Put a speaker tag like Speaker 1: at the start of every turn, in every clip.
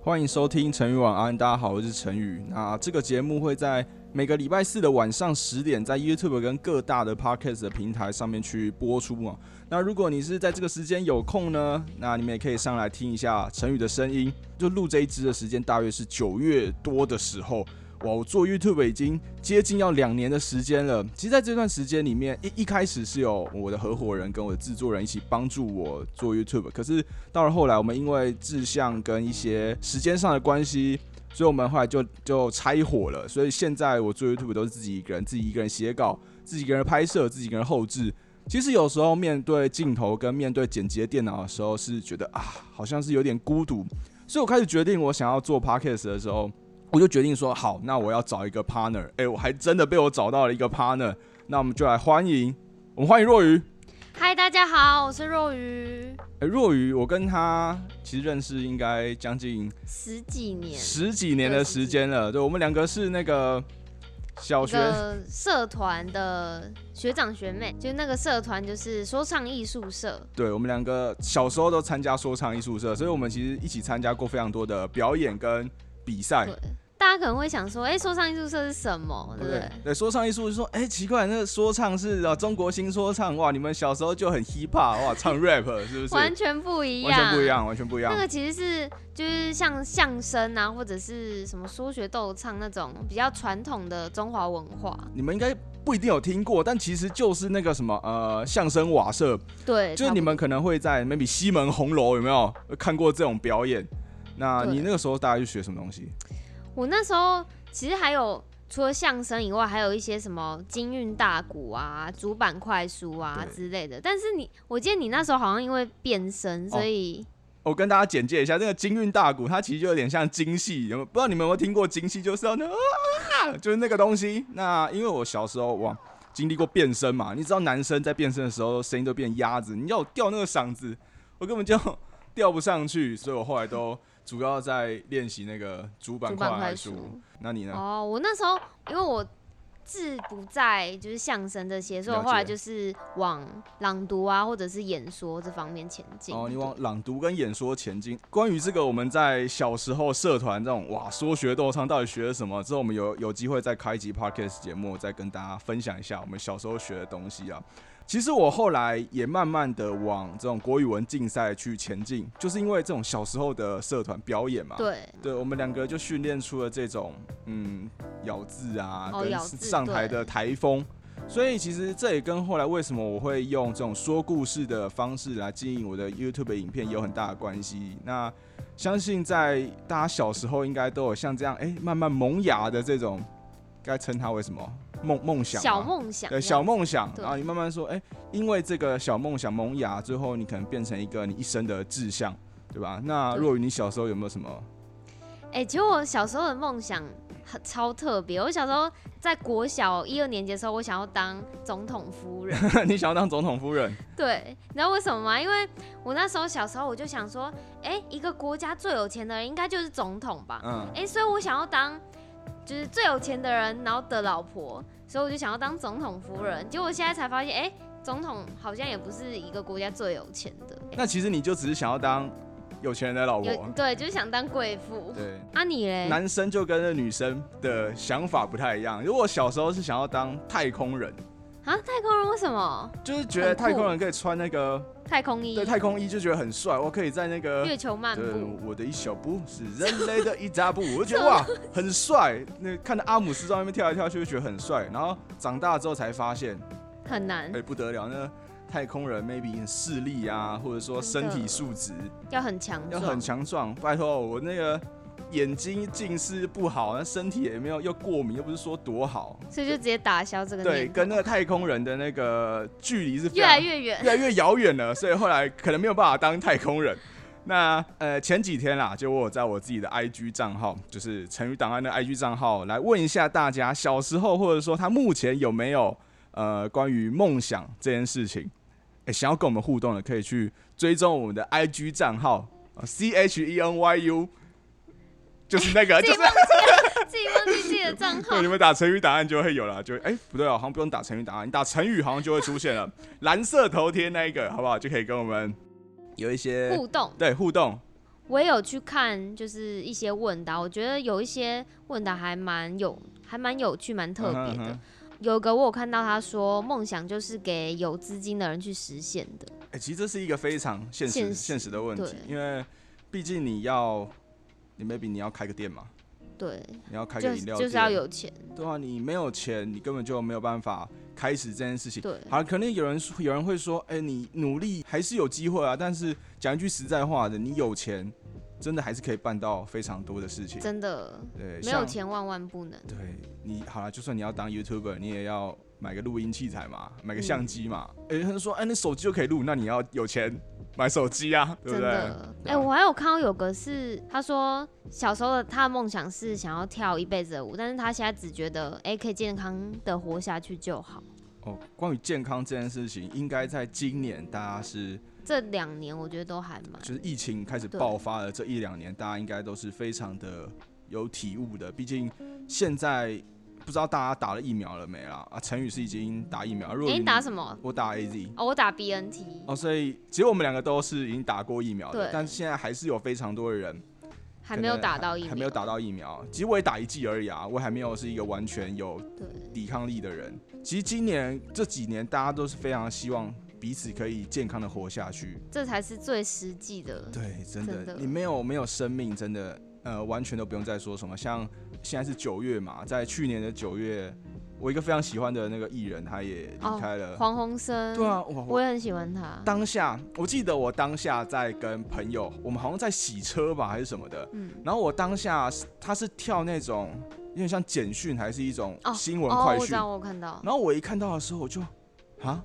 Speaker 1: 欢迎收听成语晚安，大家好，我是成宇。那这个节目会在每个礼拜四的晚上十点，在 YouTube 跟各大的 Podcast 的平台上面去播出啊。那如果你是在这个时间有空呢，那你们也可以上来听一下成宇的声音。就录这一支的时间大约是九月多的时候。哇，我做 YouTube 已经接近要两年的时间了。其实，在这段时间里面，一一开始是有我的合伙人跟我的制作人一起帮助我做 YouTube，可是到了后来，我们因为志向跟一些时间上的关系，所以我们后来就就拆伙了。所以现在我做 YouTube 都是自己一个人，自己一个人写稿，自己一个人拍摄，自己一个人后置。其实有时候面对镜头跟面对剪辑电脑的时候，是觉得啊，好像是有点孤独。所以我开始决定，我想要做 Podcast 的时候。我就决定说好，那我要找一个 partner。哎、欸，我还真的被我找到了一个 partner。那我们就来欢迎，我们欢迎若愚。
Speaker 2: 嗨，大家好，我是若愚。
Speaker 1: 哎、欸，若愚，我跟他其实认识应该将近
Speaker 2: 十几年，
Speaker 1: 十几年的时间了。对，我们两个是那个小学
Speaker 2: 社团的学长学妹，就那个社团就是说唱艺术社。
Speaker 1: 对，我们两个小时候都参加说唱艺术社，所以我们其实一起参加过非常多的表演跟比赛。
Speaker 2: 大家可能会想说，哎、欸，说唱艺术社是什么？对不对？
Speaker 1: 对，说唱艺术就说，哎、欸，奇怪，那个说唱是啊，中国新说唱哇，你们小时候就很 hip hop 哇，唱 rap 是不是？
Speaker 2: 完全不一样，
Speaker 1: 完全不一样，完全不一样。
Speaker 2: 那个其实是就是像相声啊，或者是什么说学逗唱那种比较传统的中华文化。
Speaker 1: 你们应该不一定有听过，但其实就是那个什么呃，相声瓦舍，
Speaker 2: 对，
Speaker 1: 就是你们可能会在 maybe 西门红楼有没有呃看过这种表演？那你那个时候大家去学什么东西？
Speaker 2: 我那时候其实还有除了相声以外，还有一些什么京韵大鼓啊、主板快书啊之类的。但是你，我记得你那时候好像因为变身，所以、
Speaker 1: 哦、我跟大家简介一下，这个京韵大鼓它其实就有点像京戏，有没有？不知道你们有没有听过京戏，就是要那啊， 就是那个东西。那因为我小时候哇经历过变身嘛，你知道男生在变身的时候声音都变鸭子，你要我吊那个嗓子，我根本就吊不上去，所以我后来都。主要在练习那个主板快书，那你呢？
Speaker 2: 哦，我那时候因为我志不在就是相声这些，所以后来就是往朗读啊或者是演说这方面前进。
Speaker 1: 哦，你往朗读跟演说前进。关于这个，我们在小时候社团这种哇说学逗唱到底学了什么？之后我们有有机会再开一集 podcast 节目，再跟大家分享一下我们小时候学的东西啊。其实我后来也慢慢的往这种国语文竞赛去前进，就是因为这种小时候的社团表演嘛。
Speaker 2: 对，
Speaker 1: 对我们两个就训练出了这种嗯咬字啊，
Speaker 2: 哦、
Speaker 1: 跟上台的台风。所以其实这也跟后来为什么我会用这种说故事的方式来经营我的 YouTube 影片有很大的关系。那相信在大家小时候应该都有像这样哎慢慢萌芽的这种，该称它为什么？梦梦想，
Speaker 2: 小梦想，
Speaker 1: 对，小梦想，然后你慢慢说，哎、欸，因为这个小梦想萌芽，最后你可能变成一个你一生的志向，对吧？那若雨，你小时候有没有什么？
Speaker 2: 哎、欸，其实我小时候的梦想很超特别，我小时候在国小一二年级的时候，我想要当总统夫人。
Speaker 1: 你想要当总统夫人？
Speaker 2: 对，你知道为什么吗？因为我那时候小时候我就想说，哎、欸，一个国家最有钱的人应该就是总统吧？嗯，哎，所以我想要当。就是最有钱的人，然后的老婆，所以我就想要当总统夫人。结果现在才发现，哎、欸，总统好像也不是一个国家最有钱的。
Speaker 1: 那其实你就只是想要当有钱人的老婆，
Speaker 2: 对，就是想当贵妇。
Speaker 1: 对，
Speaker 2: 啊你嘞？
Speaker 1: 男生就跟那女生的想法不太一样。如果小时候是想要当太空人
Speaker 2: 啊，太空人为什么？
Speaker 1: 就是觉得太空人可以穿那个。
Speaker 2: 太空衣
Speaker 1: 对太空衣就觉得很帅，我可以在那个
Speaker 2: 月球漫步，
Speaker 1: 我的一小步是人类的一大步，我就觉得哇很帅。那看到阿姆斯在那边跳来跳去，就觉得很帅。然后长大之后才发现
Speaker 2: 很难，
Speaker 1: 哎、欸、不得了，那太空人 maybe 视力啊，或者说身体素质
Speaker 2: 要很强，
Speaker 1: 要很强壮。拜托我那个眼睛近视不好，那身体也没有又过敏，又不是说多好，
Speaker 2: 所以就直接打消这个。
Speaker 1: 对，跟那个太空人的那个距离是
Speaker 2: 越来越远，
Speaker 1: 越来越遥远了，所以后来可能没有办法当太空人。那呃前几天啦，就我在我自己的 IG 账号，就是成语档案的 IG 账号，来问一下大家，小时候或者说他目前有没有呃关于梦想这件事情，哎、欸，想要跟我们互动的，可以去追踪我们的 IG 账号 C H E N Y U。就是那个，
Speaker 2: 欸、
Speaker 1: 就是
Speaker 2: 自己忘记自己的账 号。
Speaker 1: 对，你们打成语答案就会有了，就哎、欸、不对哦，好像不用打成语答案，你打成语好像就会出 现了。蓝色头贴那一个，好不好？就可以跟我们有一些
Speaker 2: 互动，
Speaker 1: 对互动。
Speaker 2: 我也有去看，就是一些问答，我觉得有一些问答还蛮有，还蛮有趣，蛮特别的。
Speaker 1: 嗯哼
Speaker 2: 有个我有看到他说，梦想就是给有资金的人去实现的。
Speaker 1: 哎、其实这是一个非常现实
Speaker 2: 现实
Speaker 1: 现实的问题
Speaker 2: 对，
Speaker 1: 因为毕竟你要，你 maybe 你要开个店嘛，
Speaker 2: 对，
Speaker 1: 你要开
Speaker 2: 就
Speaker 1: 个饮料
Speaker 2: 就是
Speaker 1: 店
Speaker 2: 要有钱。
Speaker 1: 对啊，你没有钱，你根本就没有办法开始这件事情。
Speaker 2: 对
Speaker 1: 好，可能有人说有人会说，哎、你努力还是有机会啊。但是讲一句实在话的，你有钱，真的还是可以办到非常多的事情。
Speaker 2: 真的
Speaker 1: 对，
Speaker 2: 没有
Speaker 1: 像，
Speaker 2: 钱万万不能。
Speaker 1: 对你好了，就算你要当 YouTuber，你也要买个录音器材嘛，买个
Speaker 2: 嗯
Speaker 1: 相机嘛。哎、他、说，哎、你手机就可以录，那你要有钱买手机啊，对不
Speaker 2: 真
Speaker 1: 对？
Speaker 2: 的，哎、
Speaker 1: 对啊
Speaker 2: 我还有看到有个是，他说小时候的他的梦想是想要跳一辈子的舞，但是他现在只觉得，哎、可以健康的活下去就好。
Speaker 1: 哦，关于健康这件事情，应该在今年大家是
Speaker 2: 这两年我觉得都还蛮，
Speaker 1: 就是疫情开始
Speaker 2: 对
Speaker 1: 爆发的这一两年，大家应该都是非常的有体悟的。毕竟现在不知道大家打了疫苗了没啦？啊，陈宇是已经打疫苗，若
Speaker 2: 哎、
Speaker 1: 云
Speaker 2: 你打什么？
Speaker 1: 我打 A Z。
Speaker 2: 哦，我打 BNT，、
Speaker 1: 哦，所以其实我们两个都是已经打过疫苗的
Speaker 2: 对，
Speaker 1: 但是现在还是有非常多的人
Speaker 2: 还没有
Speaker 1: 可能
Speaker 2: 打到疫
Speaker 1: 还
Speaker 2: 苗，
Speaker 1: 还没有打到疫苗。其实我也打一剂而已啊，我还没有是一个完全有
Speaker 2: 对
Speaker 1: 抵抗力的人。其实今年这几年大家都是非常希望彼此可以健康的活下去，
Speaker 2: 这才是最实际的。
Speaker 1: 对，真的，
Speaker 2: 真的
Speaker 1: 你没有没有生命，真的，呃，完全都不用再说什么。像现在是九月嘛，在去年的九月，我一个非常喜欢的那个艺人，他也离开了。
Speaker 2: 哦黄鸿升，
Speaker 1: 对啊，哇，
Speaker 2: 我
Speaker 1: 我
Speaker 2: 也很喜欢他。
Speaker 1: 当下我记得我当下在跟朋友，我们好像在洗车吧，还是什么的。
Speaker 2: 嗯
Speaker 1: 然后我当下是他是跳那种有点像简讯，还是一种
Speaker 2: 哦
Speaker 1: 新闻
Speaker 2: 哦，
Speaker 1: 快
Speaker 2: 我知
Speaker 1: 讯。
Speaker 2: 道，我有看到。
Speaker 1: 然后我一看到的时候，我就啊，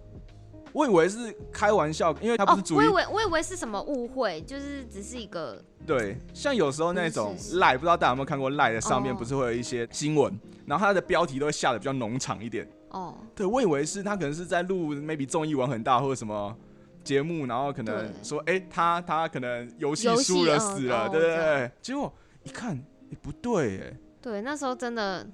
Speaker 1: 我以为是开玩笑，因为他不是
Speaker 2: 哦，
Speaker 1: 主
Speaker 2: 我
Speaker 1: 意
Speaker 2: 以为我以为是什么误会，就是只是一个
Speaker 1: 对，像有时候那
Speaker 2: 嗯
Speaker 1: 种
Speaker 2: 是是
Speaker 1: 赖，不知道大家有没有看过赖的上面
Speaker 2: 哦
Speaker 1: 不是会有一些新闻，然后它的标题都会下的比较农场一点。
Speaker 2: 哦，
Speaker 1: 对我以为是他可能是在录 maybe 综艺玩很大或者什么节目，然后可能
Speaker 2: 对
Speaker 1: 说哎、诶他他可能游戏
Speaker 2: 游戏
Speaker 1: 输了
Speaker 2: 嗯
Speaker 1: 死了，
Speaker 2: 哦
Speaker 1: 对对
Speaker 2: 这
Speaker 1: 对。结果一看，诶不对哎、
Speaker 2: 对，那时候真的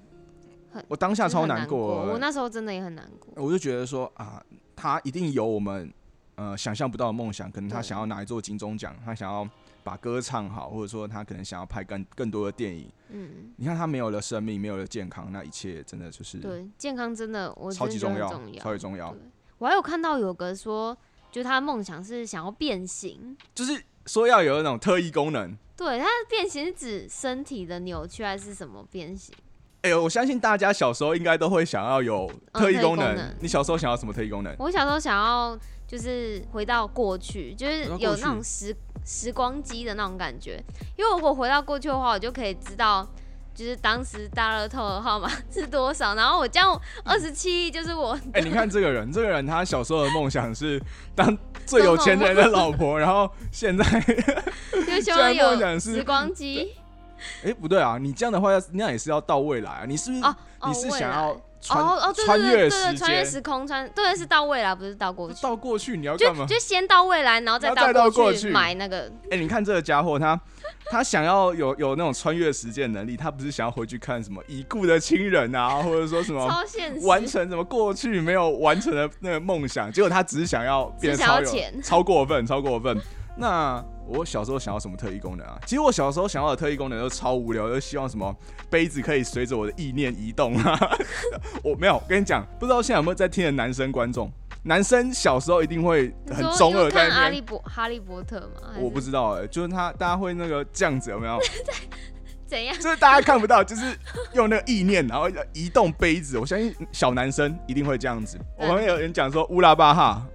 Speaker 1: 我当下
Speaker 2: 就是
Speaker 1: 超
Speaker 2: 很
Speaker 1: 难
Speaker 2: 难
Speaker 1: 过的，欸
Speaker 2: 我那时候真的也很难过。
Speaker 1: 我就觉得说啊，他一定有我们呃想象不到的梦想，可能他
Speaker 2: 对
Speaker 1: 想要拿一座金钟奖，他想要把歌唱好，或者说他可能想要拍更更多的电影。
Speaker 2: 嗯，
Speaker 1: 你看他没有了生命，没有了健康，那一切真的就是
Speaker 2: 对，健康真的
Speaker 1: 嗯
Speaker 2: 我
Speaker 1: 超
Speaker 2: 真
Speaker 1: 级
Speaker 2: 的觉
Speaker 1: 重
Speaker 2: 得很
Speaker 1: 要，
Speaker 2: 重
Speaker 1: 超级重要
Speaker 2: 对。我还有看到有个说，就是他的梦想是想要变形。
Speaker 1: 就是说要有那种特异功能。
Speaker 2: 对，他的变形是指身体的扭曲还是什么变形？
Speaker 1: 哎、呦，我相信大家小时候应该都会想要有特异功能。
Speaker 2: 嗯特异功能
Speaker 1: 你小时候想要什么特异功 能？
Speaker 2: 我小时候想要就是回到过去，就是
Speaker 1: 回到过
Speaker 2: 有
Speaker 1: 去
Speaker 2: 那种时时光机的那种感觉。因为如果回到过去的话，我就可以知道。就是当时大乐透的号码 是多少，然后我
Speaker 1: 嗯
Speaker 2: 这样二十七就是 我
Speaker 1: 哎、你看这个人，这个人他小时候的梦想是当最有钱人的老婆，然后现在，
Speaker 2: 就希
Speaker 1: 然
Speaker 2: 望
Speaker 1: 梦想
Speaker 2: 有
Speaker 1: 是
Speaker 2: 时光机
Speaker 1: 哎、不对啊，你这样的话要那也是要到未来啊，你是不是、
Speaker 2: 哦哦，
Speaker 1: 你是
Speaker 2: 未
Speaker 1: 想
Speaker 2: 来
Speaker 1: 要穿、
Speaker 2: 哦哦，对
Speaker 1: 穿
Speaker 2: 对对对
Speaker 1: 越
Speaker 2: 对，
Speaker 1: 时
Speaker 2: 穿越
Speaker 1: 间？
Speaker 2: 时空穿，对是到未来，不是到过去，
Speaker 1: 到过去你要干嘛
Speaker 2: 就？就先到未来，然后再
Speaker 1: 然后再到过
Speaker 2: 过
Speaker 1: 去
Speaker 2: 买那个，
Speaker 1: 哎、你看这个家伙，他他想要有有那种穿越时间能力，他不是想要回去看什么已故的亲人啊，或者说什么
Speaker 2: 超现实，
Speaker 1: 完成什么过去没有完成的那个梦想，结果他只是想要变
Speaker 2: 只
Speaker 1: 得
Speaker 2: 想
Speaker 1: 超
Speaker 2: 要
Speaker 1: 有
Speaker 2: 钱
Speaker 1: 超过分，超过分。那我小时候想要什么特异功能啊？其实我小时候想要的特异功能都超无聊，就希望什么杯子可以随着我的意念移动啊。 我没有，我跟你讲，不知道现在有没有在听的男生观众，男生小时候一定会
Speaker 2: 你
Speaker 1: 很
Speaker 2: 说
Speaker 1: 中
Speaker 2: 你
Speaker 1: 二
Speaker 2: 有
Speaker 1: 在
Speaker 2: 看
Speaker 1: 那
Speaker 2: 哈
Speaker 1: 边
Speaker 2: 利。波哈利波特吗？还
Speaker 1: 我不
Speaker 2: 啊是
Speaker 1: 知道哎、就是他，大家会那个这样子有没 有？
Speaker 2: 怎样，
Speaker 1: 就是大家看不到，就是用那个意念，然后移动杯子。我相信小男生一定会这样子。
Speaker 2: 嗯
Speaker 1: 我旁边有人讲说乌拉巴哈，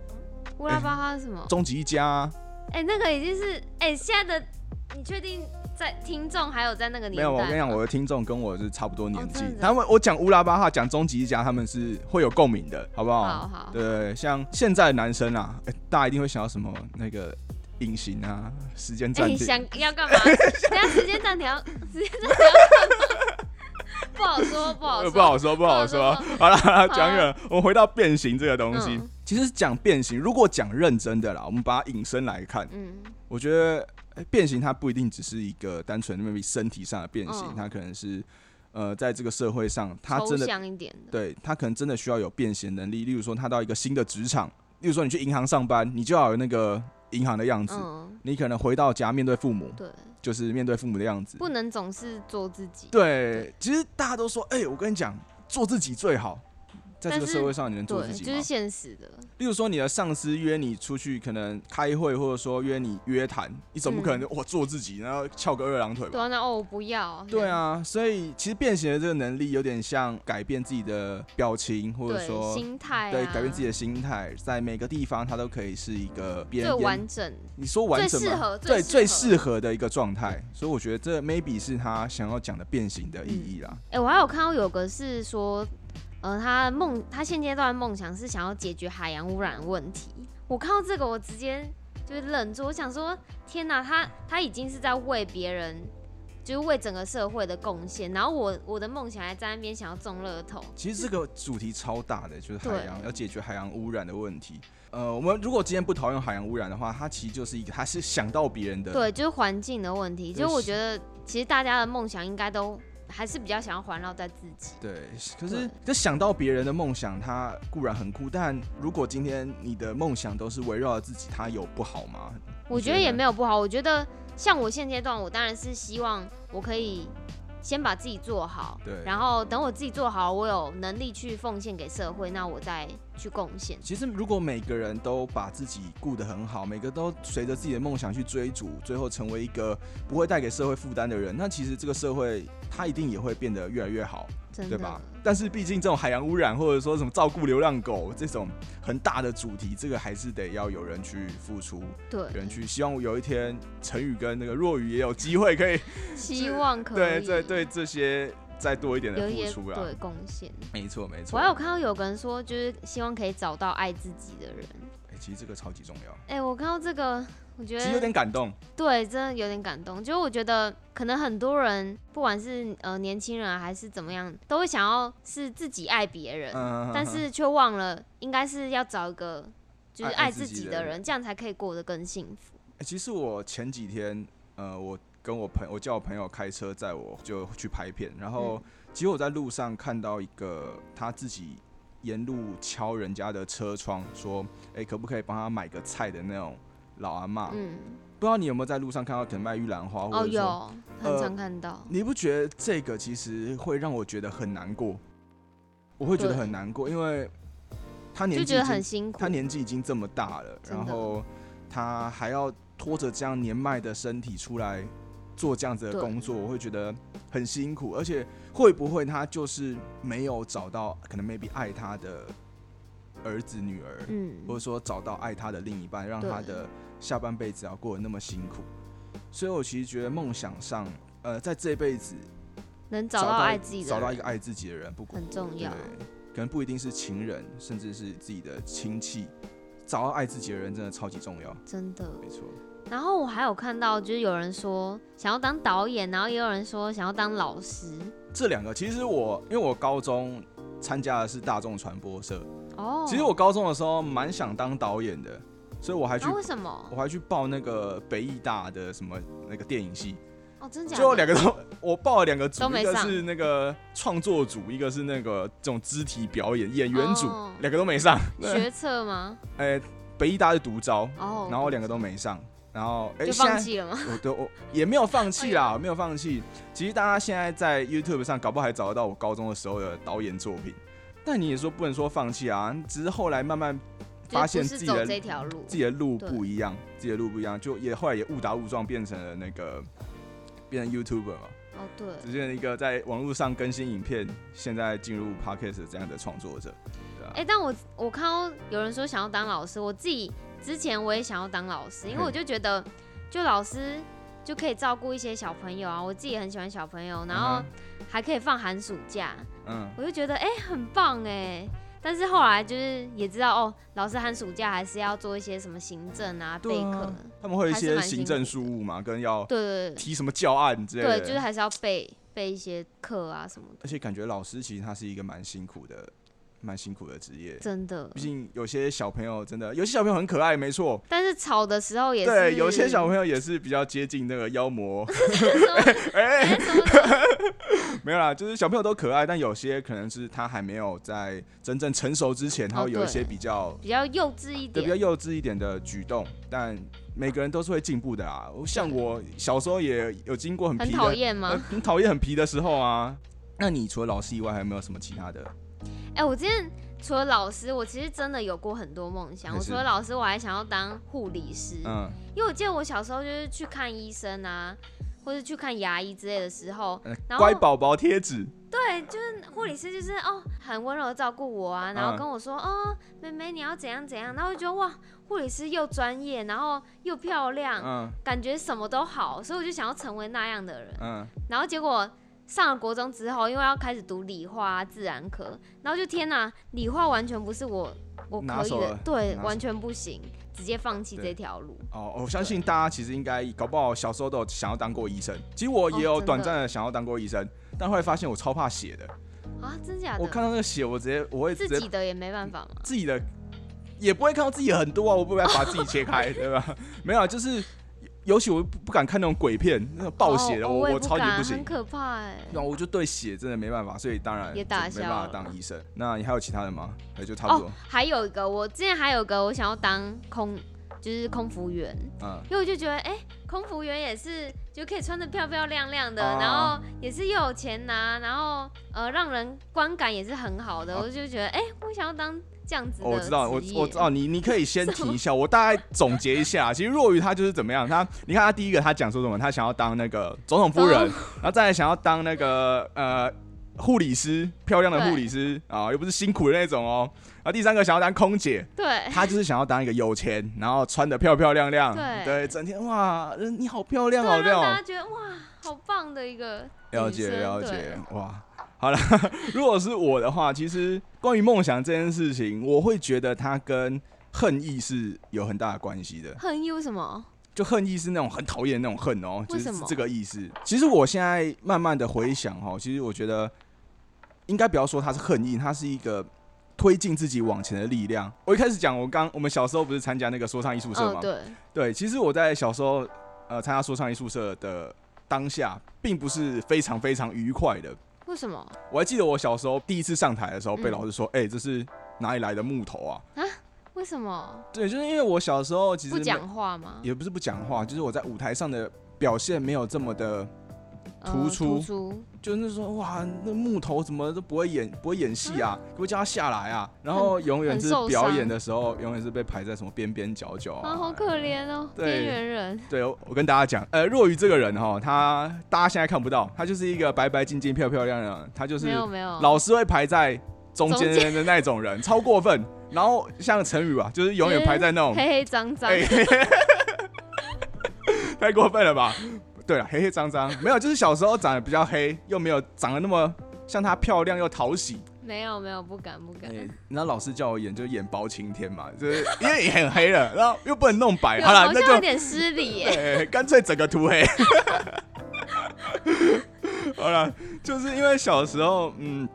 Speaker 2: 乌拉巴哈是什么？
Speaker 1: 终极一家啊、
Speaker 2: 哎，那个已经是哎现在的，你确定在听众还有在那个
Speaker 1: 没
Speaker 2: 年代
Speaker 1: 有。
Speaker 2: 吗？
Speaker 1: 我跟你讲，我的听众跟我是差不多年纪
Speaker 2: 哦真，的
Speaker 1: 他们我讲乌拉巴哈，讲终极一家，他们是会有共鸣的，好不好？
Speaker 2: 好好
Speaker 1: 对，像现在的男生啊，哎大家一定会想到什么那个隐形啊，时间暂
Speaker 2: 哎，
Speaker 1: 停。
Speaker 2: 想要干嘛？ 等下时间暂停要，啊时间暂停要干嘛 不好说，不好
Speaker 1: 呃
Speaker 2: 说，
Speaker 1: 不好说，不好说。好啦，讲远了，我们回到变形这个东西。
Speaker 2: 啊嗯
Speaker 1: 其实讲变形，如果讲认真的啦，我们把它引申来看，
Speaker 2: 嗯，
Speaker 1: 我觉得呃变形它不一定只是一个单纯 maybe 身体上的变形，
Speaker 2: 嗯
Speaker 1: 它可能是呃在这个社会上，它
Speaker 2: 抽
Speaker 1: 真的
Speaker 2: 象一点的，
Speaker 1: 对它可能真的需要有变形能力。例如说，他到一个新的职场，例如说你去银行上班，你就要有那个银行的样子，
Speaker 2: 嗯，
Speaker 1: 你可能回到家面对父母，
Speaker 2: 对，
Speaker 1: 就是面对父母的样子。
Speaker 2: 不能总是做自己。
Speaker 1: 对，其实大家都说，哎、我跟你讲，做自己最好。在这个
Speaker 2: 但是
Speaker 1: 社会上，你能做
Speaker 2: 对，
Speaker 1: 自己
Speaker 2: 就
Speaker 1: 吗？
Speaker 2: 是现实的。
Speaker 1: 例如说，你的上司约你出去，可能开会，或者说约你约谈，你总不可能哇做自己，然后翘个二郎腿吧？
Speaker 2: 嗯对啊，那哦，我不要。
Speaker 1: 对，啊，所以其实变形的这个能力有点像改变自己的表情，或者
Speaker 2: 对，
Speaker 1: 说
Speaker 2: 心态、啊，
Speaker 1: 对改变自己的心态，在每个地方它都可以是一个别
Speaker 2: 最
Speaker 1: 人
Speaker 2: 完整。
Speaker 1: 你说完整
Speaker 2: 最适
Speaker 1: 吗？
Speaker 2: 合
Speaker 1: 对，最
Speaker 2: 最
Speaker 1: 适
Speaker 2: 适
Speaker 1: 合的一个状态。所以我觉得这 maybe 是他想要讲的变形的意义啦。
Speaker 2: 哎、我还有看到有个是说，呃，他的梦，他现阶段的梦想是想要解决海洋污染问题。我看到这个，我直接就是愣住，我想说，天哪，他他已经是在为别人，就是为整个社会的贡献。然后我我的梦想还在那边想要中乐透，
Speaker 1: 其实这个主题超大的，就是海
Speaker 2: 对
Speaker 1: 洋要解决海洋污染的问题。呃，我们如果今天不讨论海洋污染的话，它其实就是一个，它是想到别人的，
Speaker 2: 对，就是环境的问题。
Speaker 1: 对
Speaker 2: 就我觉得，其实大家的梦想应该都还是比较想要环绕在自己。
Speaker 1: 对，可是
Speaker 2: 对
Speaker 1: 这想到别人的梦想，它固然很酷，但如果今天你的梦想都是围绕着自己，它有不好吗？
Speaker 2: 我
Speaker 1: 你
Speaker 2: 觉
Speaker 1: 觉
Speaker 2: 得
Speaker 1: 得
Speaker 2: 也
Speaker 1: 呢
Speaker 2: 没有不好。我觉得像我现阶段，我当然是希望我可以先把自己做好，
Speaker 1: 对
Speaker 2: 然后等我自己做好，我有能力去奉献给社会，那我再去贡献。
Speaker 1: 其实，如果每个人都把自己顾得很好，每个都随着自己的梦想去追逐，最后成为一个不会带给社会负担的人，那其实这个社会它一定也会变得越来越好，
Speaker 2: 真
Speaker 1: 对
Speaker 2: 的，
Speaker 1: 吧？但是，毕竟这种海洋污染或者说什么照顾流浪狗这种很大的主题，这个还是得要有人去付出，有
Speaker 2: 对
Speaker 1: 人，去。希望有一天陈宇跟那个若雨也有机会可以
Speaker 2: 希望可
Speaker 1: 对
Speaker 2: 以
Speaker 1: 对对，这些再多一点
Speaker 2: 有
Speaker 1: 的
Speaker 2: 一些
Speaker 1: 付出啦。
Speaker 2: 对贡献。
Speaker 1: 没错没错。
Speaker 2: 我还有看到有个人说，就是希望可以找到爱自己的人。
Speaker 1: 哎、其实这个超级重要，
Speaker 2: 哎、我看到这个，我觉
Speaker 1: 其实有
Speaker 2: 得
Speaker 1: 点感动。
Speaker 2: 对，真的有点感动。就是我觉得，可能很多人，不管是呃年轻人啊还是怎么样，都会想要是自己爱别人。
Speaker 1: 嗯，
Speaker 2: 但是却忘了，应该是要找一个就是
Speaker 1: 爱爱
Speaker 2: 爱
Speaker 1: 自
Speaker 2: 自
Speaker 1: 己
Speaker 2: 己
Speaker 1: 的
Speaker 2: 的
Speaker 1: 人
Speaker 2: 人，这样才可以过得更幸福。
Speaker 1: 欸其实我前几天，呃，我跟我朋我叫我朋友开车载我就去拍片，然
Speaker 2: 嗯
Speaker 1: 后其实我在路上看到一个他自己沿路敲人家的车窗，说，哎、可不可以帮他买个菜的那种老阿嬷？
Speaker 2: 嗯，
Speaker 1: 不知道你有没有在路上看到可能卖玉兰花，或
Speaker 2: 哦，
Speaker 1: 者说，
Speaker 2: 有，很
Speaker 1: 呃
Speaker 2: 常看到。
Speaker 1: 你不觉得这个其实会让我觉得很难过？我会觉得
Speaker 2: 对
Speaker 1: 很难过，因为他
Speaker 2: 就
Speaker 1: 年纪
Speaker 2: 觉
Speaker 1: 已
Speaker 2: 得
Speaker 1: 经
Speaker 2: 很辛苦
Speaker 1: 他。年纪已经这么大了，
Speaker 2: 真的
Speaker 1: 然后他还要拖着这样年迈的身体出来做这样子的
Speaker 2: 对
Speaker 1: 工作，我会觉得很辛苦。而且会不会他就是没有找到可能 maybe 爱他的儿子女儿，
Speaker 2: 嗯，
Speaker 1: 或者说找到爱他的另一半，让他
Speaker 2: 对
Speaker 1: 的下半辈子要过得那么辛苦？所以我其实觉得梦想上，呃，在这辈子
Speaker 2: 能找
Speaker 1: 到
Speaker 2: 到爱自己的
Speaker 1: 找
Speaker 2: 人，
Speaker 1: 到一个爱自己的人，不管
Speaker 2: 很重
Speaker 1: 对
Speaker 2: 要。，
Speaker 1: 可能不一定是情人，甚至是自己的亲戚，找到爱自己的人真的超级重要。
Speaker 2: 真的。
Speaker 1: 没错，
Speaker 2: 然后我还有看到，就是有人说想要当导演，然后也有人说想要当老师。
Speaker 1: 这两个其实我因为我高中参加的是大众传播社，
Speaker 2: 哦，
Speaker 1: 其实我高中的时候蛮想当导演的，所以我还去
Speaker 2: 啊，为什么
Speaker 1: 我？还去报那个北艺大的什么那个电影系，
Speaker 2: 哦，真假的？
Speaker 1: 最后两个都我报了两个组
Speaker 2: 都，没
Speaker 1: 一个
Speaker 2: 上
Speaker 1: 是那个创作组，一个是那个这种肢体表演演员组
Speaker 2: 哦，
Speaker 1: 两个都没上。对，
Speaker 2: 学测吗？
Speaker 1: 哎，北艺大是独招，
Speaker 2: 哦，
Speaker 1: 然后两个都没上，然后哎
Speaker 2: 就
Speaker 1: 现
Speaker 2: 放
Speaker 1: 在。
Speaker 2: 弃哎了吗？
Speaker 1: 我都我也没有放弃啦，没有放弃。其实大家现在在 YouTube 上，搞不好还找得到我高中的时候的导演作品。但你也说不能说放弃啊，只是后来慢慢发现
Speaker 2: 就是
Speaker 1: 自己
Speaker 2: 不是
Speaker 1: 的
Speaker 2: 走这条路
Speaker 1: 自。己的路
Speaker 2: 对
Speaker 1: 不一样，自己的路不一样，就也后来也误打误撞变成了那个变成 YouTuber 嘛，
Speaker 2: 哦，对。
Speaker 1: 只是一个在网络上更新影片，现在进入 Podcast 这样的创作者。
Speaker 2: 哎、但我我看到有人说想要当老师，我自己之前我也想要当老师，因为
Speaker 1: 嘿
Speaker 2: 我就觉得，就老师就可以照顾一些小朋友啊，我自己也很喜欢小朋友，然后
Speaker 1: 嗯
Speaker 2: 还可以放寒暑假，
Speaker 1: 嗯，
Speaker 2: 我就觉得哎、很棒哎。但是后来就是也知道哦，老师寒暑假还是要做一些什么行政啊、备
Speaker 1: 对啊
Speaker 2: 课，
Speaker 1: 他们会有一
Speaker 2: 还是
Speaker 1: 些
Speaker 2: 蛮辛
Speaker 1: 行政
Speaker 2: 苦
Speaker 1: 事务嘛，跟要
Speaker 2: 对对
Speaker 1: 提什么教案之类的。
Speaker 2: 对对，就是还是要备备一些课啊什么的。
Speaker 1: 而且感觉老师其实他是一个蛮辛苦的蛮辛苦的职业。
Speaker 2: 真的
Speaker 1: 毕。竟有些小朋友真的，有些小朋友很可爱，没错。
Speaker 2: 但是吵的时候也是，
Speaker 1: 对，有些小朋友也是比较接近那个妖 魔，
Speaker 2: 哎、什么什么
Speaker 1: 没有啦，就是小朋友都可爱，但有些可能是他还没有在真正成熟之前，他
Speaker 2: 哦
Speaker 1: 会有一
Speaker 2: 对
Speaker 1: 些比较
Speaker 2: 比较幼稚一
Speaker 1: 对
Speaker 2: 点，
Speaker 1: 比较幼稚一点的举动，但每个人都是会进步的啊。像我小时候也有经过很
Speaker 2: 很
Speaker 1: 皮
Speaker 2: 讨
Speaker 1: 的，
Speaker 2: 厌
Speaker 1: 呃
Speaker 2: 吗？
Speaker 1: 很讨厌很皮的时候啊。那你除了老师以外，还有没有什么其他的？
Speaker 2: 哎、我之前除了老师，我其实真的有过很多梦想。
Speaker 1: 还
Speaker 2: 我
Speaker 1: 是
Speaker 2: 除了老师，我还想要当护理师，
Speaker 1: 嗯，
Speaker 2: 因为我记得我小时候就是去看医生啊，或者去看牙医之类的时候
Speaker 1: 呃，
Speaker 2: 然后
Speaker 1: 乖宝宝贴纸，
Speaker 2: 对，就是护理师就是哦，很温柔的照顾我啊，然
Speaker 1: 嗯
Speaker 2: 后跟我说、哦，妹妹你要怎样怎样，然后我就觉得哇，护理师又专业，然后又漂亮，
Speaker 1: 嗯
Speaker 2: 感觉什么都好，所以我就想要成为那样的人。
Speaker 1: 嗯，
Speaker 2: 然后结果上了国中之后，因为要开始读理化、啊、自然科，然后就天哪，理化完全不是我我
Speaker 1: 拿
Speaker 2: 可以
Speaker 1: 手
Speaker 2: 的
Speaker 1: 了，
Speaker 2: 对，
Speaker 1: 拿手
Speaker 2: 完全不行，直接放弃
Speaker 1: 对
Speaker 2: 这条路。
Speaker 1: 哦，我相信大家其实应该搞不好小时候都有想要当过医生，其实我也有
Speaker 2: 哦真的
Speaker 1: 短暂的想要当过医生，但后来发现我超怕血的，
Speaker 2: 啊，真假的？哦
Speaker 1: 我看到那个血，我直接我会直
Speaker 2: 自
Speaker 1: 接
Speaker 2: 己的也没办法嘛。
Speaker 1: 自己的也不会看到自己很多啊，我不会把自己切 开，对吧？没有啊，就是尤其我不不敢看那种鬼片，那种暴血的，
Speaker 2: 哦哦
Speaker 1: 我
Speaker 2: 我也
Speaker 1: 超级
Speaker 2: 敢
Speaker 1: 不
Speaker 2: 很
Speaker 1: 行。
Speaker 2: 可怕哎、
Speaker 1: 那哦我就对血真的没办法，所以当然
Speaker 2: 也打
Speaker 1: 就没
Speaker 2: 消
Speaker 1: 办法
Speaker 2: 了
Speaker 1: 当医生。那你还有其他的吗？那就差不
Speaker 2: 哦
Speaker 1: 多，，
Speaker 2: 还有一个，我之前还有一个，我想要当空，就是空服员，
Speaker 1: 嗯，
Speaker 2: 因为我就觉得，哎、空服员也是，就可以穿的漂漂亮亮的，
Speaker 1: 啊
Speaker 2: 然后也是又有钱拿，然后呃，让人观感也是很好的，
Speaker 1: 啊
Speaker 2: 我就觉得，哎、我想要当这样子的、
Speaker 1: 哦我知道，我我知。道，你你可以先提一下，我大概总结一下。啊其实若愚他就是怎么样，他你看他第一个他讲说什么，他想要当那个总统夫人，
Speaker 2: 总
Speaker 1: 然后再来想要当那个呃护理师，漂亮的护理师啊，又不是辛苦的那种哦。然后第三个想要当空姐，
Speaker 2: 对，
Speaker 1: 他就是想要当一个有钱，然后穿的漂漂亮亮，
Speaker 2: 对
Speaker 1: 整天哇，呃你好漂亮
Speaker 2: 对，啊
Speaker 1: 哦，这
Speaker 2: 让
Speaker 1: 种
Speaker 2: 大家觉得哇，好棒的一个女生
Speaker 1: 了解了解
Speaker 2: 对，
Speaker 1: 哇，好了，如果是我的话，其实关于梦想这件事情，我会觉得它跟恨意是有很大的关系的。
Speaker 2: 恨意为什么？
Speaker 1: 就恨意是那种很讨厌的那种恨哦、就
Speaker 2: 为
Speaker 1: 是
Speaker 2: 什么
Speaker 1: 是这个意思。其实我现在慢慢的回想哦，其实我觉得应该不要说它是恨意，它是一个推进自己往前的力量。我一开始讲，我刚我们小时候不是参加那个说唱艺术社
Speaker 2: 嗯，
Speaker 1: 吗？
Speaker 2: 对，
Speaker 1: 对，其实我在小时候呃参加说唱艺术社的当下，并不是非常非常愉快的。
Speaker 2: 为什么？
Speaker 1: 我还记得我小时候第一次上台的时候，
Speaker 2: 嗯
Speaker 1: 被老师说：“哎、这是哪里来的木头啊
Speaker 2: 为什么？”
Speaker 1: 对，就是因为我小时候其实
Speaker 2: 嗯不
Speaker 1: 没
Speaker 2: 讲话吗？
Speaker 1: 也不是不讲话，就是我在舞台上的表现没有这么的，
Speaker 2: 呃
Speaker 1: 突出
Speaker 2: 突出，
Speaker 1: 就是说哇，那木头怎么都不会演不会演戏啊，给我叫他下来啊！然后永远
Speaker 2: 嗯很
Speaker 1: 是
Speaker 2: 受
Speaker 1: 表
Speaker 2: 伤
Speaker 1: 演的时候，永远是被排在什么边边角角
Speaker 2: 啊，好可怜哦，
Speaker 1: 对
Speaker 2: 边缘人，
Speaker 1: 对，我我跟大家讲，呃，若愚这个人哈，他大家现在看不到，他就是一个白白净净、漂漂亮亮，他就是
Speaker 2: 没有没有，
Speaker 1: 老师会排在中间的那种人，超过分。然后像陈宇啊，就是永远排在那种，
Speaker 2: 黑黑脏脏，
Speaker 1: 哎太过分了吧？对了，黑黑脏脏，没有，就是小时候长得比较黑，又没有长得那么像她漂亮又讨喜。
Speaker 2: 没有没有，不敢不敢，
Speaker 1: 哎，然后老师叫我演，就演包青天嘛，就是因为你很黑了，然 后又不能弄白，
Speaker 2: 有
Speaker 1: 哎好了
Speaker 2: 啊好，
Speaker 1: 那
Speaker 2: 像有
Speaker 1: 就
Speaker 2: 点失礼耶，
Speaker 1: 对，干脆整个涂黑。 好了，就是因为小时候，嗯，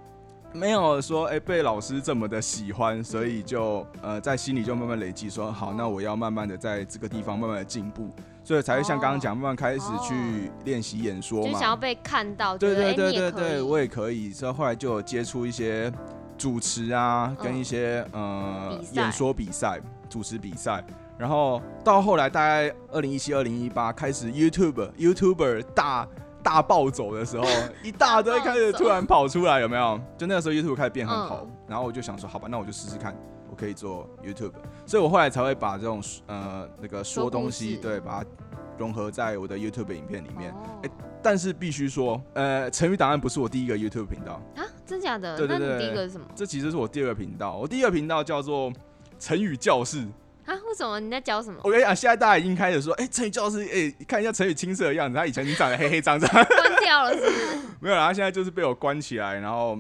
Speaker 1: 没有说哎、被老师这么的喜欢，所以就呃在心里就慢慢累积，说好，那我要慢慢的在这个地方慢慢的进步，所以才会像刚刚讲，慢慢开始去练习演说
Speaker 2: 就
Speaker 1: 嘛。
Speaker 2: 想要被看到，
Speaker 1: 对
Speaker 2: 觉
Speaker 1: 对
Speaker 2: 得
Speaker 1: 对
Speaker 2: 哎你也
Speaker 1: 对
Speaker 2: 可
Speaker 1: 对，
Speaker 2: 以
Speaker 1: 我也可以。所以后来就有接触一些主持啊，跟
Speaker 2: 嗯
Speaker 1: 一些呃
Speaker 2: 比赛
Speaker 1: 演说比赛、主持比赛。然后到后来大概二零一七、二零一八开始 YouTube YouTuber 大大暴走的时 候，一大堆开始
Speaker 2: 大暴走
Speaker 1: 突然跑出来，有没有？就那个时候 YouTube 开始变很好
Speaker 2: 嗯，
Speaker 1: 然后我就想说，好吧，那我就试试看。我可以做 YouTube，所以我后来才会把这种呃那个说
Speaker 2: 说故
Speaker 1: 东西
Speaker 2: 事
Speaker 1: 对，把它融合在我的 YouTube 影片里面。
Speaker 2: 哦
Speaker 1: 哎但是必须说，呃，成语档案不是我第一个 YouTube 频道，
Speaker 2: 啊，真假的
Speaker 1: 对？对
Speaker 2: 那你
Speaker 1: 对
Speaker 2: 第一个是什么
Speaker 1: 这其实是我第二个频道。我第一个频道叫做成语教室。
Speaker 2: 啊？为什么你在教什么？
Speaker 1: 我跟你讲，现在大家已经开始说，哎、成语教室，哎、看一下成语青涩的样子，他以前长得黑黑脏脏，
Speaker 2: 关掉了是不是？
Speaker 1: 没有啦，他现在就是被我关起来，然后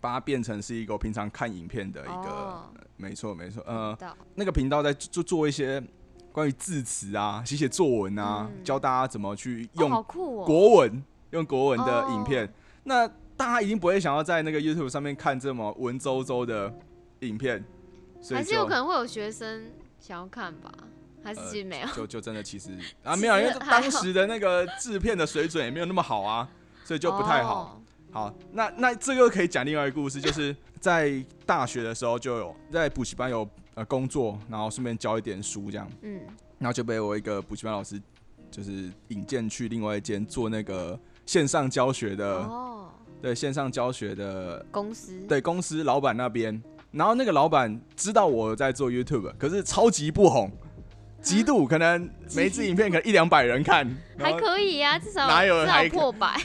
Speaker 1: 把它变成是一个我平常看影片 的一个，
Speaker 2: 哦
Speaker 1: 没错没错，呃，
Speaker 2: 到
Speaker 1: 那个频道在做做一些关于字词啊、写写作文啊，
Speaker 2: 嗯
Speaker 1: 教大家怎么去
Speaker 2: 哦
Speaker 1: 用
Speaker 2: 好酷哦，
Speaker 1: 国文，用国文的影片。
Speaker 2: 哦
Speaker 1: 那大家一定不会想要在那个 YouTube 上面看这么文绉绉的影片，所以
Speaker 2: 还
Speaker 1: 就是
Speaker 2: 有可能会有学生想要看吧？还是
Speaker 1: 呃
Speaker 2: 其实没有？
Speaker 1: 就 就真的其实
Speaker 2: 其
Speaker 1: 啊
Speaker 2: 实
Speaker 1: 没有，因为
Speaker 2: 还好
Speaker 1: 当时的那个制片的水准也没有那么好啊，所以就不太好。
Speaker 2: 哦。
Speaker 1: 好，那那这个可以讲另外一个故事，就是在大学的时候就有在补习班有呃工作，然后顺便教一点书这样，
Speaker 2: 嗯，
Speaker 1: 然后就被我一个补习班老师就是引荐去另外一间做那个线上教学的，
Speaker 2: 哦，
Speaker 1: 对线上教学的
Speaker 2: 公司，
Speaker 1: 呃对公司老板那边，然后那个老板知道我在做 YouTube，可是超级不红，极度可能每一支影片可能一两百人看，然
Speaker 2: 还
Speaker 1: 后
Speaker 2: 可以啊，至少
Speaker 1: 哪有
Speaker 2: 至
Speaker 1: 还
Speaker 2: 少破百。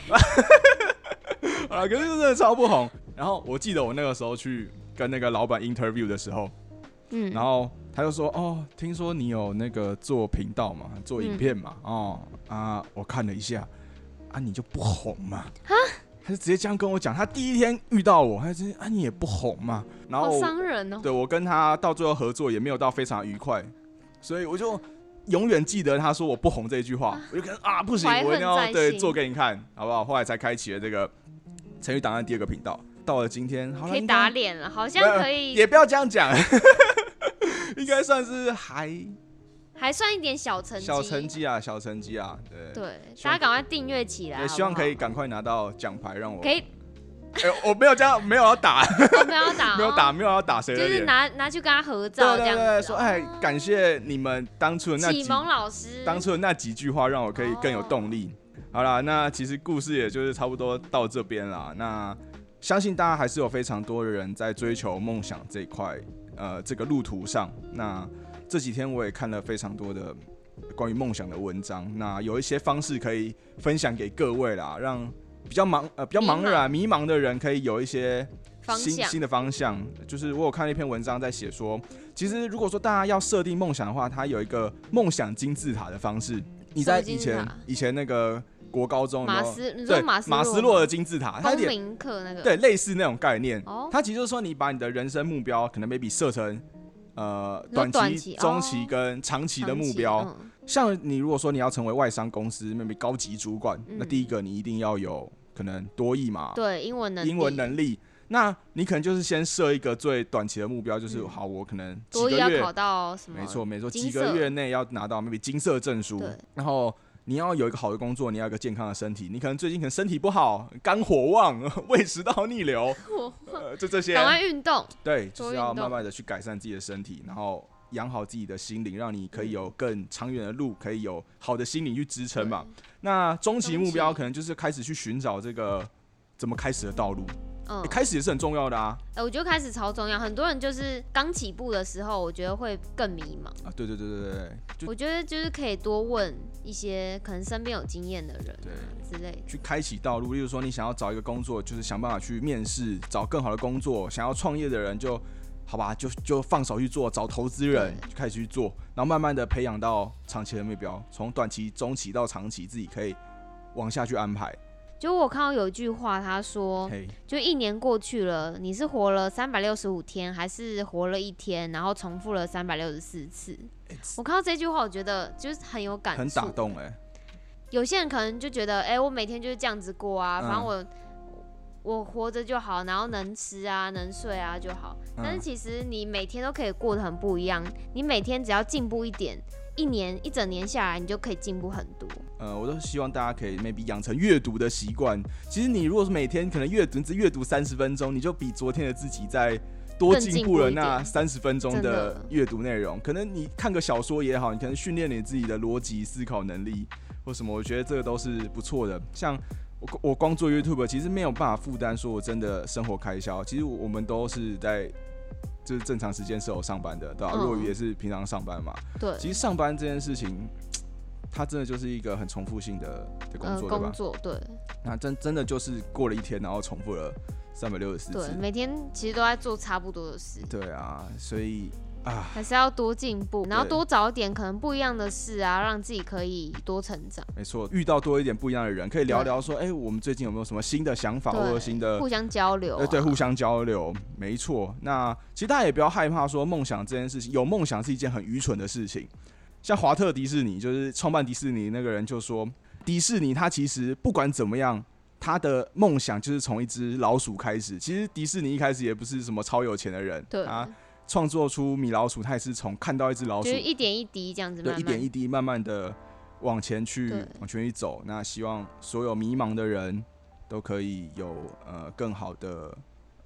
Speaker 1: 啊，可是真的超不红。然后我记得我那个时候去跟那个老板 interview 的时候，
Speaker 2: 嗯，
Speaker 1: 然后他就说：“哦，听说你有那个做频道嘛，做影片嘛，
Speaker 2: 嗯
Speaker 1: 哦啊，我看了一下，啊，你就不红嘛。”他就直接这样跟我讲，他第一天遇到我，他就直接啊，你也不红嘛。然后
Speaker 2: 好
Speaker 1: 我
Speaker 2: 伤人哦。
Speaker 1: 对我跟他到最后合作也没有到非常愉快，所以我就永远记得他说我不红这一句话，我就跟啊不行，
Speaker 2: 怀恨
Speaker 1: 我一定要
Speaker 2: 在
Speaker 1: 对
Speaker 2: 心
Speaker 1: 做给你看，好不好？后来才开启了这个成语档案第二个频道。到了今天，好了
Speaker 2: 可以
Speaker 1: 应该
Speaker 2: 打脸了，好
Speaker 1: 没
Speaker 2: 像
Speaker 1: 有
Speaker 2: 可以，
Speaker 1: 也不要这样讲， 应该算是还
Speaker 2: 还算一点小成绩。
Speaker 1: 小成绩啊，小成绩啊，对。
Speaker 2: 对，
Speaker 1: 希
Speaker 2: 大
Speaker 1: 望
Speaker 2: 家赶快订阅起来。
Speaker 1: 也希
Speaker 2: 好
Speaker 1: 望
Speaker 2: 不
Speaker 1: 可以
Speaker 2: 好
Speaker 1: 赶快拿到奖牌，让我。
Speaker 2: 可
Speaker 1: 哎、
Speaker 2: 以，
Speaker 1: 我没有这样，没有要打，
Speaker 2: 我们要
Speaker 1: 哦
Speaker 2: 打，哦
Speaker 1: 没有打，，没有要打谁
Speaker 2: 就
Speaker 1: 的
Speaker 2: 是
Speaker 1: 脸。
Speaker 2: 拿拿去跟他合
Speaker 1: 对
Speaker 2: 照这
Speaker 1: 对
Speaker 2: 样
Speaker 1: 对，
Speaker 2: 子。
Speaker 1: 说
Speaker 2: 哦
Speaker 1: 哎，感谢你们当初的那
Speaker 2: 启
Speaker 1: 几
Speaker 2: 蒙老师，
Speaker 1: 当初的那几句话让我可以更有动力。好啦，那其实故事也就是差不多到这边啦。那相信大家还是有非常多的人在追求梦想这一块，呃，这个路途上。那这几天我也看了非常多的关于梦想的文章，那有一些方式可以分享给各位啦，让比较茫呃比较茫然迷茫的人可以有一些
Speaker 2: 方
Speaker 1: 新
Speaker 2: 向
Speaker 1: 新的方向。就是我有看了一篇文章在写说，其实如果说大家要设定梦想的话，它有一个梦想金字塔的方式。你在
Speaker 2: 什么金
Speaker 1: 以
Speaker 2: 字
Speaker 1: 前
Speaker 2: 塔
Speaker 1: 以前那个国高中有没有
Speaker 2: 马斯，你
Speaker 1: 对
Speaker 2: 说马斯
Speaker 1: 马斯洛的金字塔，它有
Speaker 2: 公
Speaker 1: 点
Speaker 2: 民课那个，，
Speaker 1: 对类似那种概念。
Speaker 2: 哦，
Speaker 1: 它其实就是说你把你的人生目标可能 maybe 设成呃
Speaker 2: 你说
Speaker 1: 短
Speaker 2: 短
Speaker 1: 期、
Speaker 2: 期
Speaker 1: 中
Speaker 2: 哦
Speaker 1: 期跟长期的
Speaker 2: 长
Speaker 1: 目
Speaker 2: 期
Speaker 1: 标。
Speaker 2: 嗯
Speaker 1: 像你如果说你要成为外商公司 maybe 高级主管，
Speaker 2: 嗯
Speaker 1: 那第一个你一定要有可能多亿嘛，
Speaker 2: 对，英文能力，
Speaker 1: 英文能力。那你可能就是先设一个最短期的目标，就是、
Speaker 2: 嗯
Speaker 1: 好，我可能几
Speaker 2: 多一
Speaker 1: 个
Speaker 2: 要
Speaker 1: 月
Speaker 2: 考到什么？
Speaker 1: 没错，没错，
Speaker 2: 金
Speaker 1: 几个
Speaker 2: 色
Speaker 1: 月内要拿到 maybe 金色证书
Speaker 2: 对，
Speaker 1: 然后你要有一个好的工作，你要有一个健康的身体。你可能最近可能身体不好，肝火旺， 胃食道逆 流，
Speaker 2: 我
Speaker 1: 呃，就这些
Speaker 2: 赶，快运动，
Speaker 1: 对，就
Speaker 2: 多
Speaker 1: 是
Speaker 2: 运
Speaker 1: 要
Speaker 2: 动
Speaker 1: 慢慢的去改善自己的身体，然后养好自己的心灵，让你可以
Speaker 2: 嗯
Speaker 1: 有更长远的路，可以有好的心灵去支撑嘛。那终极
Speaker 2: 终
Speaker 1: 目标
Speaker 2: 极
Speaker 1: 可能就是开始去寻找这个怎么开始的道路，
Speaker 2: 嗯
Speaker 1: 欸，开始也是很重要的啊。
Speaker 2: 哎我觉得开始超重要。很多人就是刚起步的时候，我觉得会更迷茫。
Speaker 1: 啊，对对对对对对，就
Speaker 2: 我觉得就是可以多问一些可能身边有经验的人
Speaker 1: 对。
Speaker 2: 之类的。
Speaker 1: 去开启道路。例如说，你想要找一个工作，就是想办法去面试，找更好的工作；想要创业的人就，好吧，就就放手去做，找投资人就开始去做，然后慢慢的培养到长期的目标，从短期、中期到长期，自己可以往下去安排。
Speaker 2: 就我看到有一句话，他说，
Speaker 1: 嘿，
Speaker 2: 就一年过去了，你是活了三百六十五天，还是活了一天，然后重复了三百六十四次？我看到这句话，我觉得就是很有感触，
Speaker 1: 很打动哎、
Speaker 2: 有些人可能就觉得，哎、我每天就是这样子过啊，
Speaker 1: 嗯
Speaker 2: 反正我、我活着就好，然后能吃啊，能睡啊就好。但是
Speaker 1: 嗯
Speaker 2: 其实你每天都可以过得很不一样，你每天只要进步一点，一年一整年下来，你就可以进步很多。
Speaker 1: 呃，我都希望大家可以 maybe 养成阅读的习惯。其实你如果是每天可能阅读只阅读三十分钟，你就比昨天的自己在多
Speaker 2: 更
Speaker 1: 进
Speaker 2: 进
Speaker 1: 步
Speaker 2: 步
Speaker 1: 了
Speaker 2: 一
Speaker 1: 那
Speaker 2: 点
Speaker 1: 三十分钟
Speaker 2: 真
Speaker 1: 的
Speaker 2: 的
Speaker 1: 阅读内容。可能你看个小说也好，你可能训练你自己的逻辑思考能力或什么，我觉得这个都是不错的。像我我光做 YouTube，其实没有办法负担说我真的生活开销。其实我们都是在就是正常时间是有上班的，对吧、
Speaker 2: 嗯
Speaker 1: 若雨也是平常上班嘛，
Speaker 2: 对，
Speaker 1: 其实上班这件事情，它真的就是一个很重复性的的工
Speaker 2: 呃，
Speaker 1: 作，对吧
Speaker 2: 工？作对
Speaker 1: 那真真的就是过了一天，然后重复了三百六十四
Speaker 2: 对，
Speaker 1: 次。
Speaker 2: 每天其实都在做差不多的事，
Speaker 1: 对啊，所以啊，
Speaker 2: 还是要多进步，然后
Speaker 1: 对
Speaker 2: 多找一点可能不一样的事啊，让自己可以多成长，
Speaker 1: 没错，遇到多一点不一样的人，可以聊聊说，哎、我们最近有没有什么新的想法
Speaker 2: 对
Speaker 1: 或者新的
Speaker 2: 互相交流、啊。
Speaker 1: 呃，对，互相交流，没错。那其实大家也不要害怕说梦想这件事情，有梦想是一件很愚蠢的事情。像华特迪士尼，就是创办迪士尼那个人就说，迪士尼它其实不管怎么样，他的梦想就是从一只老鼠开始。其实迪士尼一开始也不是什么超有钱的人，
Speaker 2: 对，
Speaker 1: 他创作出米老鼠，他也是从看到一只老
Speaker 2: 就
Speaker 1: 鼠，
Speaker 2: 是一点一滴这样子
Speaker 1: 对，
Speaker 2: 慢慢，
Speaker 1: 一点一滴慢慢的往前去
Speaker 2: 对
Speaker 1: 往前去走。那希望所有迷茫的人都可以有呃更好的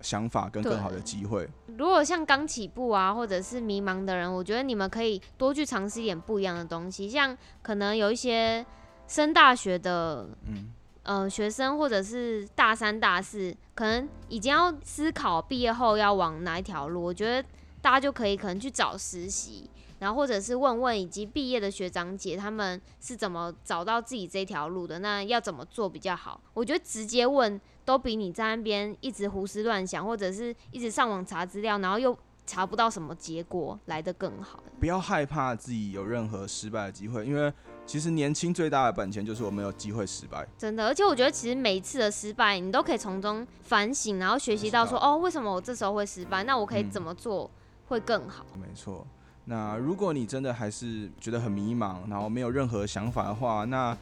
Speaker 1: 想法跟
Speaker 2: 对
Speaker 1: 更好的机会。
Speaker 2: 如果像刚起步啊，或者是迷茫的人，我觉得你们可以多去尝试一点不一样的东西，像可能有一些升大学的，
Speaker 1: 嗯
Speaker 2: 呃，学生或者是大三、大四，可能已经要思考毕业后要往哪一条路，我觉得大家就可以可能去找实习，然后或者是问问以及毕业的学长姐他们是怎么找到自己这条路的，那要怎么做比较好？我觉得直接问都比你在那边一直胡思乱想，或者是一直上网查资料，然后又查不到什么结果来的更好。
Speaker 1: 不要害怕自己有任何失败的机会，因为其实年轻最大的本钱就是我们有机会失败。
Speaker 2: 真的，而且我觉得其实每一次的失败，你都可以从中反省，然后学习到说，
Speaker 1: 是啊
Speaker 2: 哦，为什么我这时候会失败？那我可以
Speaker 1: 嗯
Speaker 2: 怎么做会更好？
Speaker 1: 没错。那如果你真的还是觉得很迷茫，然后没有任何想法的话，那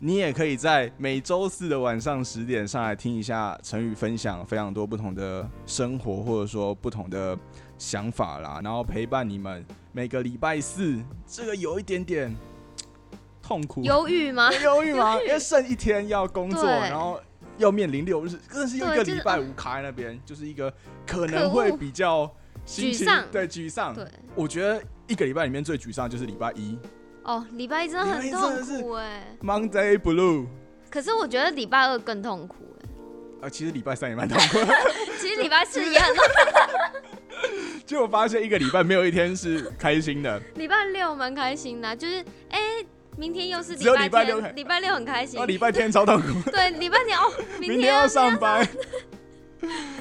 Speaker 1: 你也可以在每周四的晚上十点上来听一下陈宇分享非常多不同的生活，或者说不同的想法啦，然后陪伴你们每个礼拜四。这个有一点点痛苦，
Speaker 2: 忧郁吗？
Speaker 1: 忧郁 吗？因为剩一天要工作，
Speaker 2: 对
Speaker 1: 然后要面临六日，真的是又一个
Speaker 2: 对就是
Speaker 1: 礼拜五卡在那边，就是一个可
Speaker 2: 可
Speaker 1: 能
Speaker 2: 恶
Speaker 1: 会比较心
Speaker 2: 沮
Speaker 1: 情
Speaker 2: 丧
Speaker 1: 对沮丧。
Speaker 2: 对，
Speaker 1: 我觉得一个礼拜里面最沮丧就是礼拜一
Speaker 2: 哦，礼拜一真的很
Speaker 1: 礼拜一真的
Speaker 2: 痛
Speaker 1: 是
Speaker 2: 苦哎、
Speaker 1: Monday Blue。
Speaker 2: 可是我觉得礼拜二更痛苦哎、
Speaker 1: 啊，其实礼拜三也蛮痛苦的，
Speaker 2: 其实礼拜四也很痛，
Speaker 1: 就我发现一个礼拜没有一天是开心的，
Speaker 2: 礼拜六蛮开心的啊、就是哎、明天又是
Speaker 1: 只有
Speaker 2: 礼
Speaker 1: 礼拜六
Speaker 2: 天，礼拜六很开心
Speaker 1: 然后，啊礼拜天超痛苦，
Speaker 2: 对，礼拜天哦，明
Speaker 1: 明天要
Speaker 2: 要
Speaker 1: 上班，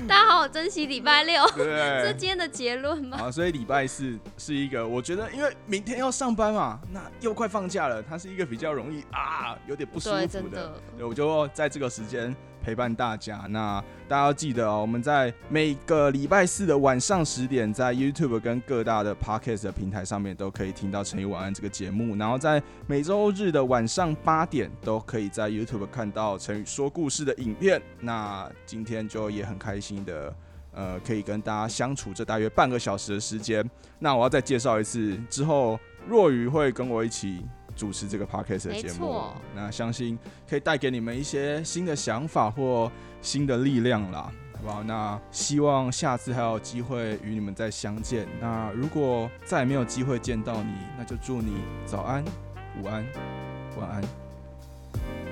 Speaker 2: 大家好好珍惜礼拜六，
Speaker 1: 对不
Speaker 2: 这
Speaker 1: 对？
Speaker 2: 今天的结论吧。
Speaker 1: 啊，所以礼拜四是一个，我觉得因为明天要上班嘛，那又快放假了，它是一个比较容易啊，有点不舒
Speaker 2: 对，
Speaker 1: 服
Speaker 2: 真
Speaker 1: 的。
Speaker 2: 的，
Speaker 1: 对，我就在这个时间陪伴大家。那大家要记得哦，我们在每个礼拜四的晚上十点，在 YouTube 跟各大的 Podcast 的平台上面都可以听到《陈宇晚安》这个节目。然后在每周日的晚上八点，都可以在 YouTube 看到陈宇说故事的影片。那今天就也很开心的。呃，可以跟大家相处这大约半个小时的时间。那我要再介绍一次，之后若愚会跟我一起主持这个 podcast 的
Speaker 2: 没
Speaker 1: 节目
Speaker 2: 错。
Speaker 1: 那相信可以带给你们一些新的想法或新的力量啦，好不好？那希望下次还有机会与你们再相见。那如果再也没有机会见到你，那就祝你早安、午安、晚安。